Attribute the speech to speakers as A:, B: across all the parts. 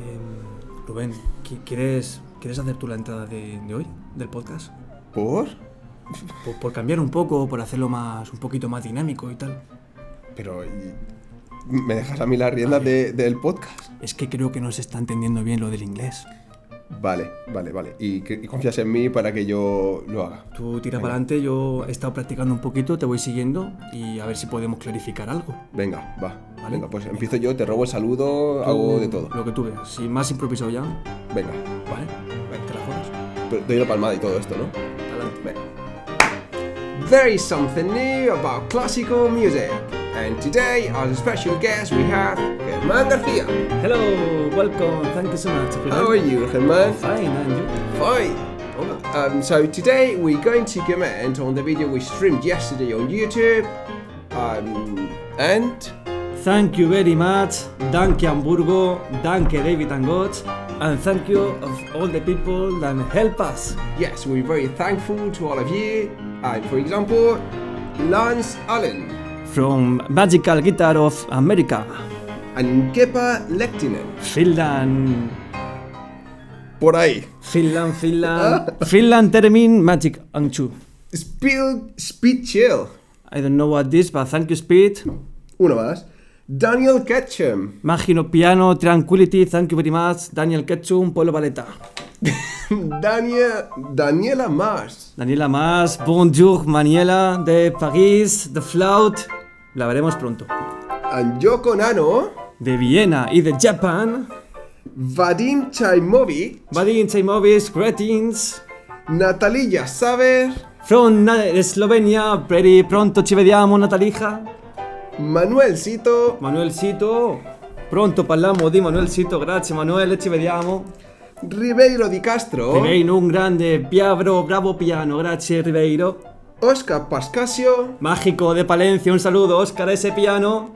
A: Em, Rubén, ¿qui- ¿quieres, ¿quieres hacer tú la entrada de, de hoy, del podcast?
B: ¿Por?
A: Por, por cambiar un poco, por hacerlo más un poquito más dinámico y tal.
B: Pero... ¿y- ¿Me dejas a mí las riendas de- del podcast?
A: Es que creo que no se está entendiendo bien lo del inglés.
B: Vale, vale, vale. Y, que- y confías en mí para que yo lo haga.
A: Tú tira
B: Venga.
A: para adelante, yo he estado practicando un poquito, te voy siguiendo y a ver si podemos clarificar algo.
B: Venga, va.
A: Vale.
B: Venga, pues empiezo yo, te robo el saludo, hago
A: Tú,
B: de todo.
A: Lo que tú veas. Si más improvisado ya, vale.
B: Venga.
A: Te la jodas.
B: Pero doy la palmada y todo esto, ¿no?
A: Adelante.
B: Venga. There is something new about classical music. And today, as a special guest, we have Germán García.
A: Hello, welcome, thank you so much.
B: How are you, Germán?
A: Fine, and you?
B: Hi.
A: Hola.
B: Um, so today we're going to comment on the video we streamed yesterday on YouTube. Um, and
A: Thank you very much, danke Hamburgo, danke David and God, and thank you of all the people that help us.
B: yes, we're very thankful to all of you. And for example, Lance Allen
A: From Magical Guitar of America,
B: and Gepa Lehtinen.
A: Finland,
B: Por ahí.
A: Finland, Finland, Finland Termin Magic Anchu.
B: Spill Speed Chill.
A: I don't know what this, but thank you Speed.
B: Uno más. Daniel Ketchum.
A: Magino Piano, Tranquility, thank you very much. Daniel Ketchum, Polo Valeta.
B: Daniel, Daniela Mars.
A: Daniela Mas, bonjour, Maniela, de París, The Flout. La veremos pronto.
B: And Yoko Nano.
A: De Viena y de Japan.
B: Vadim Chaimovic.
A: Vadim Chaimovic, greetings.
B: Natalia Saber.
A: From Na- Slovenia, very pronto ci vediamo, Natalija.
B: Manuel Cito.
A: Manuel Sito, pronto parliamo di Manuel Sito, grazie Manuele, ci vediamo.
B: Ribeiro Di Castro.
A: Ribeiro, un grande piavro, bravo piano, grazie Ribeiro.
B: Oscar Pascasio.
A: Mágico de Palencia, un saludo, Oscar, ese piano.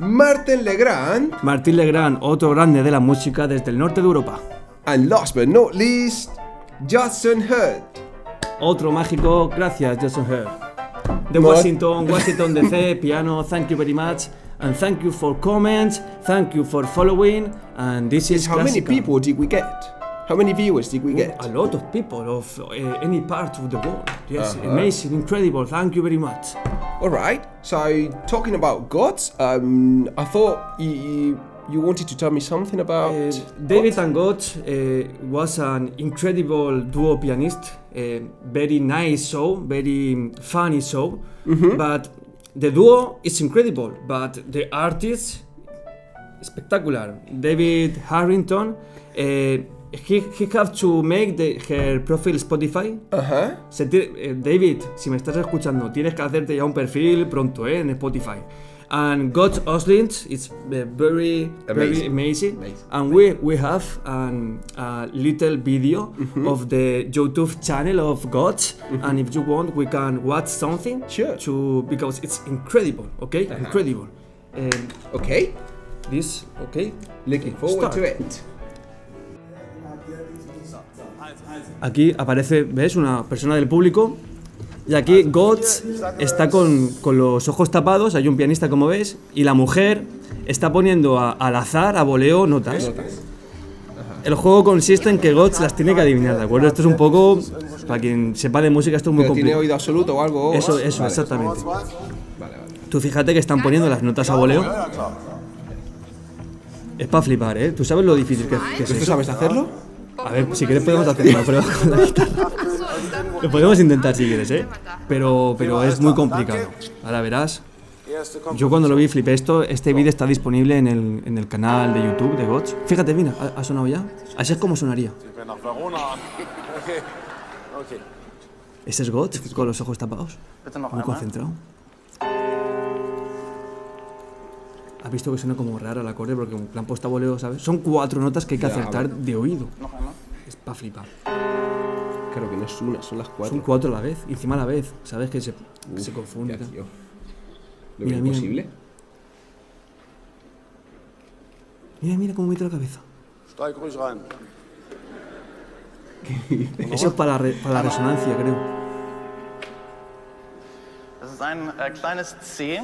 B: Martin Legrand.
A: Martín Legrand, otro grande de la música desde el norte de Europa.
B: And last but not least, Judson Hurd.
A: Otro mágico, gracias, Jason Hare. De
B: Mo-
A: Washington, Washington DC, piano, thank you very much. And thank you for comments, thank you for following. And this is
B: How many
A: classical.
B: people did we get? How many viewers did we get?
A: A lot of people of uh, any part of the world. Yes,
B: Uh-huh.
A: amazing, incredible, thank you very much.
B: All right. So talking about gods, um, I thought you, you you wanted to tell me something about
A: Uh, David and God uh, was an incredible duo pianist, uh, very nice show, very funny show. But the duo is incredible, but the artist spectacular. David Harrington, uh, he, he have to make the, her profile Spotify.
B: Uh huh.
A: Se ti- eh, David, si me estás escuchando, tienes que hacerte ya un perfil pronto, ¿eh? En Spotify. And God Oslint is eh, very, very
B: Amazing.
A: amazing.
B: Amazing.
A: And we, we have an, a little video
B: Mm-hmm.
A: of the YouTube channel of God. And if you want, we can watch something.
B: Sure. Uh-huh.
A: To, because it's incredible, okay? Incredible. Um,
B: Okay.
A: this, okay?
B: Looking forward to it.
A: Aquí aparece, ¿ves? Una persona del público. Y aquí Gotts está con, con los ojos tapados, hay un pianista como ves, y la mujer está poniendo a- al azar, a voleo, notas. El juego consiste en que Gotts las tiene que adivinar, ¿de acuerdo? Esto es un poco, para quien sepa de música, esto es muy
B: Pero tiene
A: complicado.
B: oído absoluto o algo.
A: Eso, eso,
B: Vale,
A: exactamente.
B: Vale, vale.
A: Tú fíjate que están poniendo las notas a voleo. Es para flipar, ¿eh? ¿Tú sabes lo difícil que, que es
B: ¿Tú
A: eso?
B: sabes hacerlo?
A: A ver, si quieres podemos hacer una prueba con la guitarra. Lo podemos intentar si quieres, ¿eh? Pero, pero es muy complicado. Ahora verás. Yo cuando lo vi flipé esto, este vídeo está disponible en el, en el canal de YouTube de Gots. Fíjate, mira, ha, ha sonado ya. Así es como sonaría.
C: Wir nach Verona an. Okay. Okay.
A: Ese es Gots con los ojos tapados.
C: Bitte noch
A: Muy concentrado. Has visto que suena como raro el acorde porque en plan posta voleo, ¿sabes? Son cuatro notas que hay que
B: Ya,
A: acertar de oído.
C: Noch einmal.
A: Es pa' flipar.
B: Creo que no es una, son las cuatro.
A: Son cuatro a la vez, y encima a la vez. ¿Sabes? Que se, que se confunde.
B: Ya,
A: y tal.
B: tío. ¿Lo
A: Mira,
B: veo
A: mira.
B: imposible?
A: Mira, mira cómo mete la cabeza.
C: Steig ruhig rein.
A: Eso es para la, re- para la resonancia, creo.
D: Das ist ein äh, kleines C,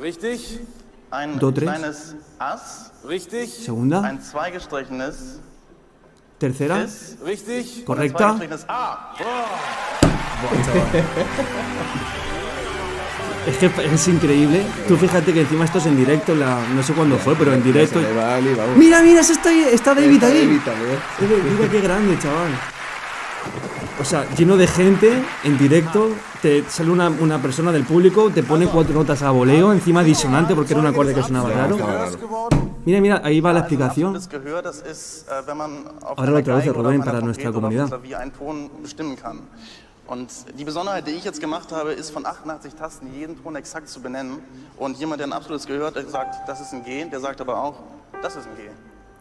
C: Richtig,
D: ein
A: Do tres. Ah.
D: kleines Ass,
C: richtig,
A: Segunda.
D: ein zweigestrichenes
A: Tercera.
D: ist
C: Richtig?
D: das
A: Ah. Correcta.
D: Weitestreckendes A.
A: Es que es increíble. Tú fíjate que encima esto es en directo, la, no sé cuándo fue, pero en directo.
B: Se le va Ali, vamos.
A: Mira, mira, se está, está David
B: Está
A: Pues- ahí.
B: David también.
A: Es de- Mira qué grande, chaval. O sea, lleno de gente, en directo, te sale una, una persona del público, te pone cuatro notas a voleo, encima disonante porque era un acorde que sonaba raro. Mira, mira, ahí va la
D: Also
A: explicación.
D: absolutes Gehör, das ist, äh, wenn man auf
A: Ahora
D: einer
A: lo traduce
D: Geige oder
A: Rubén
D: auf einer
A: para nuestra
D: Trompete oder auf
A: comunidad.
D: dem Klavier einen Ton bestimmen kann. Und die Besonderheit, die ich jetzt gemacht habe, ist von 88 Tasten jeden Ton exakt zu benennen. Und jemand, der ein absolutes Gehör hat, der sagt, das ist ein G, der sagt aber auch, das ist ein G.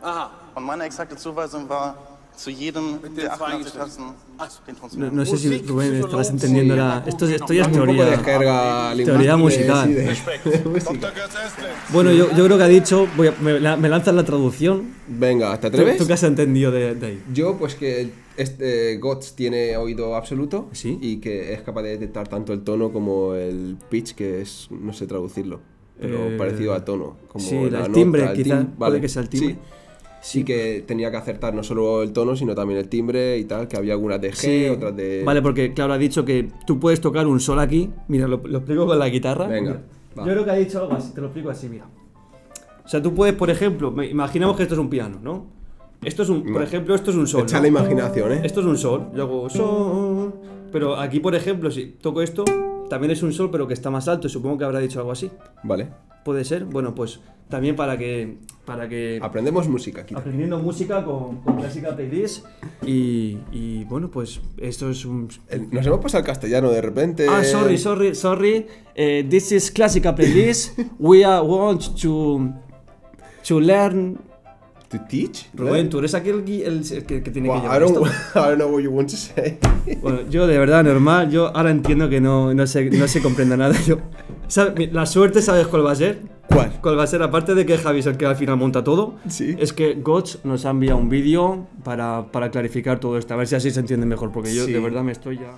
C: Aha.
D: Und meine exakte Zuweisung war, zu jedem
C: den
D: der 88
C: Feingeschliffenen.
D: Tasten den Ton zu
A: No,
D: benennen.
A: no sé si Rubén estarás entendiendo la. Esto, esto ya es
B: Un poco de
A: teoría.
B: descarga
A: Teoría
B: lingüística,
A: musical.
B: sí, de-
E: Dr. Götz Estling.
A: Bueno, yo, yo creo que ha dicho, voy a- me, la- me lanzas la traducción.
B: Venga, ¿te
A: ¿Tú, tú
B: atreves?
A: qué has entendido de, de ahí?
B: Yo, pues que este Gotts tiene oído absoluto
A: Sí.
B: y que es capaz de detectar tanto el tono como el pitch, que es, no sé traducirlo, pero
A: Eh,
B: parecido a tono. Como
A: sí,
B: la
A: el
B: nota,
A: timbre,
B: el
A: quizás.
B: tim-
A: Puede
B: vale,
A: que sea el
B: sí.
A: timbre.
B: Sí, que tenía que acertar no solo el tono, sino también el timbre y tal, que había algunas de G,
A: Sí.
B: otras de...
A: Vale, porque claro, ha dicho que tú puedes tocar un sol aquí. Mira, lo, lo explico con la guitarra.
B: Venga,
A: Mira.
B: va.
A: Yo creo que ha dicho algo así, te lo explico así, mira. O sea, tú puedes, por ejemplo, me- imaginemos que esto es un piano, ¿no? Esto es un, por
B: Vale.
A: ejemplo, esto es un sol.
B: Echa
A: ¿no?
B: la imaginación, ¿eh?
A: Esto es un sol. Yo hago sol. Pero aquí, por ejemplo, si toco esto, también es un sol, pero que está más alto. y Supongo que habrá dicho algo así.
B: Vale.
A: Puede ser. Bueno, pues también para que para que
B: Aprendemos música aquí.
A: aprendiendo música con, con clásica playlist y, y bueno pues esto es un
B: El- Nos hemos pasado al castellano de repente.
A: ah sorry sorry sorry Eh, this is clásica playlist we are want to to learn
B: ¿To teach?
A: Rubén tú eres aquí el, gui- el- el que, que tiene
B: Wow,
A: que
B: I,
A: llevar
B: don't,
A: esto
B: I don't know what you want to say.
A: bueno yo de verdad normal yo ahora entiendo que no no se no se comprenda nada yo ¿Sabes? Mi- la suerte sabes cuál va a ser
B: ¿Cuál?
A: ¿Cuál va a ser? Aparte de que Javi es el que al final monta todo,
B: Sí.
A: es que Gotch nos ha enviado un vídeo para, para clarificar todo esto, a ver si así se entiende mejor, porque yo
B: Sí.
A: de verdad me estoy ya...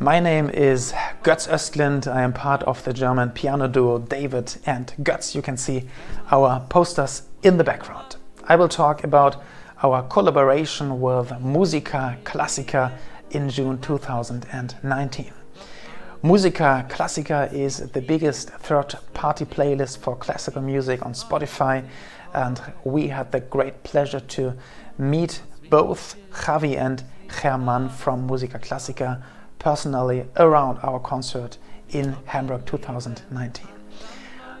F: My name is Götz Östlund. I am part of the German piano duo David and Götz. You can see our posters in the background. I will talk about our collaboration with Musica Classica in June 2019. Musica Classica is the biggest third party playlist for classical music on Spotify, and we had the great pleasure to meet both Javi and Hermann from Musica Classica personally around our concert in Hamburg 2019.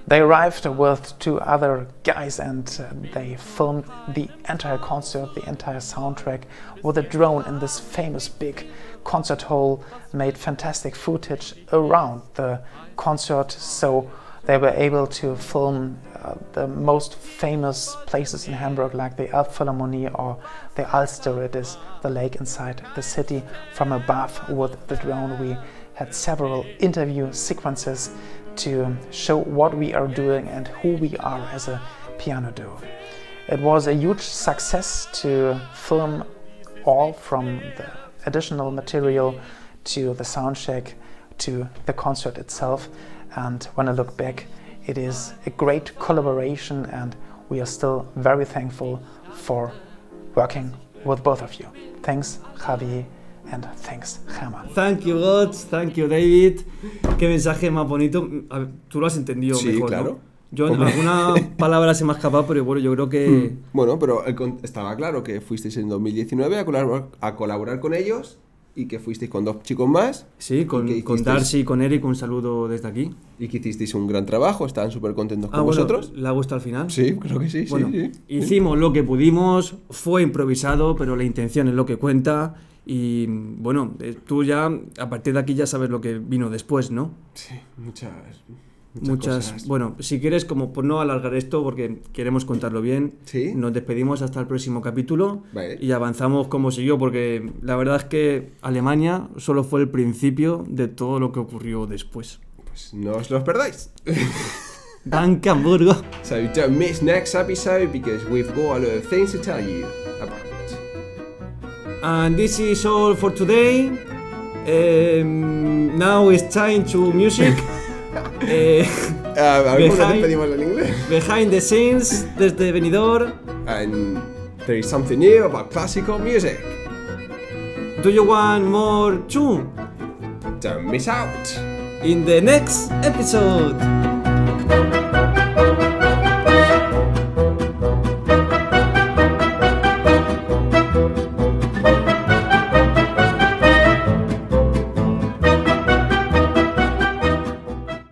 F: They arrived with two other guys and uh, they filmed the entire concert, the entire soundtrack with a drone in this famous big concert hall, made fantastic footage around the concert. So they were able to film uh, the most famous places in Hamburg, like the Elbphilharmonie or the Alster. It is the lake inside the city from above with the drone. We had several interview sequences to show what we are doing and who we are as a piano duo. It was a huge success to film all from the additional material to the sound check to the concert itself. And when I look back, it is a great collaboration, and we are still very thankful for working with both of you. Thanks, Javi, and thanks, Hermann.
A: Thank you, Gotch, thank you, David. Qué mensaje más bonito. A ver, tú lo has entendido
B: Sí,
A: mejor,
B: claro.
A: ¿no? Yo
B: Hombre.
A: alguna palabra se me ha escapado, pero bueno, yo creo que...
B: Bueno, pero el con- estaba claro que fuisteis en 2019 a colaborar, a colaborar con ellos y que fuisteis con dos chicos más
A: Sí,
B: ¿Y
A: con,
B: qué
A: con
B: hicisteis?
A: Darcy y con Eric, un saludo desde aquí.
B: y que hicisteis un gran trabajo, estaban súper contentos con
A: Ah, bueno,
B: vosotros.
A: ¿la ha gustado al final?
B: Sí, creo que sí, sí,
A: Bueno,
B: sí.
A: hicimos lo que pudimos, fue improvisado, pero la intención es lo que cuenta. Y bueno, eh, tú ya, a partir de aquí ya sabes lo que vino después, ¿no?
B: Sí, muchas... Muchas...
A: Muchas.
B: cosas.
A: Bueno, si quieres, como por no alargar esto, porque queremos contarlo bien,
B: Sí.
A: nos despedimos hasta el próximo capítulo
B: Vale.
A: y avanzamos como siguió, porque la verdad es que Alemania solo fue el principio de todo lo que ocurrió después.
B: Pues no os los perdáis.
A: Danke, Hamburgo.
B: So don't miss next episode because we've got a lot of things to tell you about.
A: And this is all for today. Um, now it's time to music. Eh,
B: Ah, a ver, ¿cómo nos
A: Behind-
B: despedimos en inglés?
A: behind the scenes, desde Benidorm.
B: And There is something new about classical music.
A: Do you want more too?
B: Don't miss out!
A: In the next episode!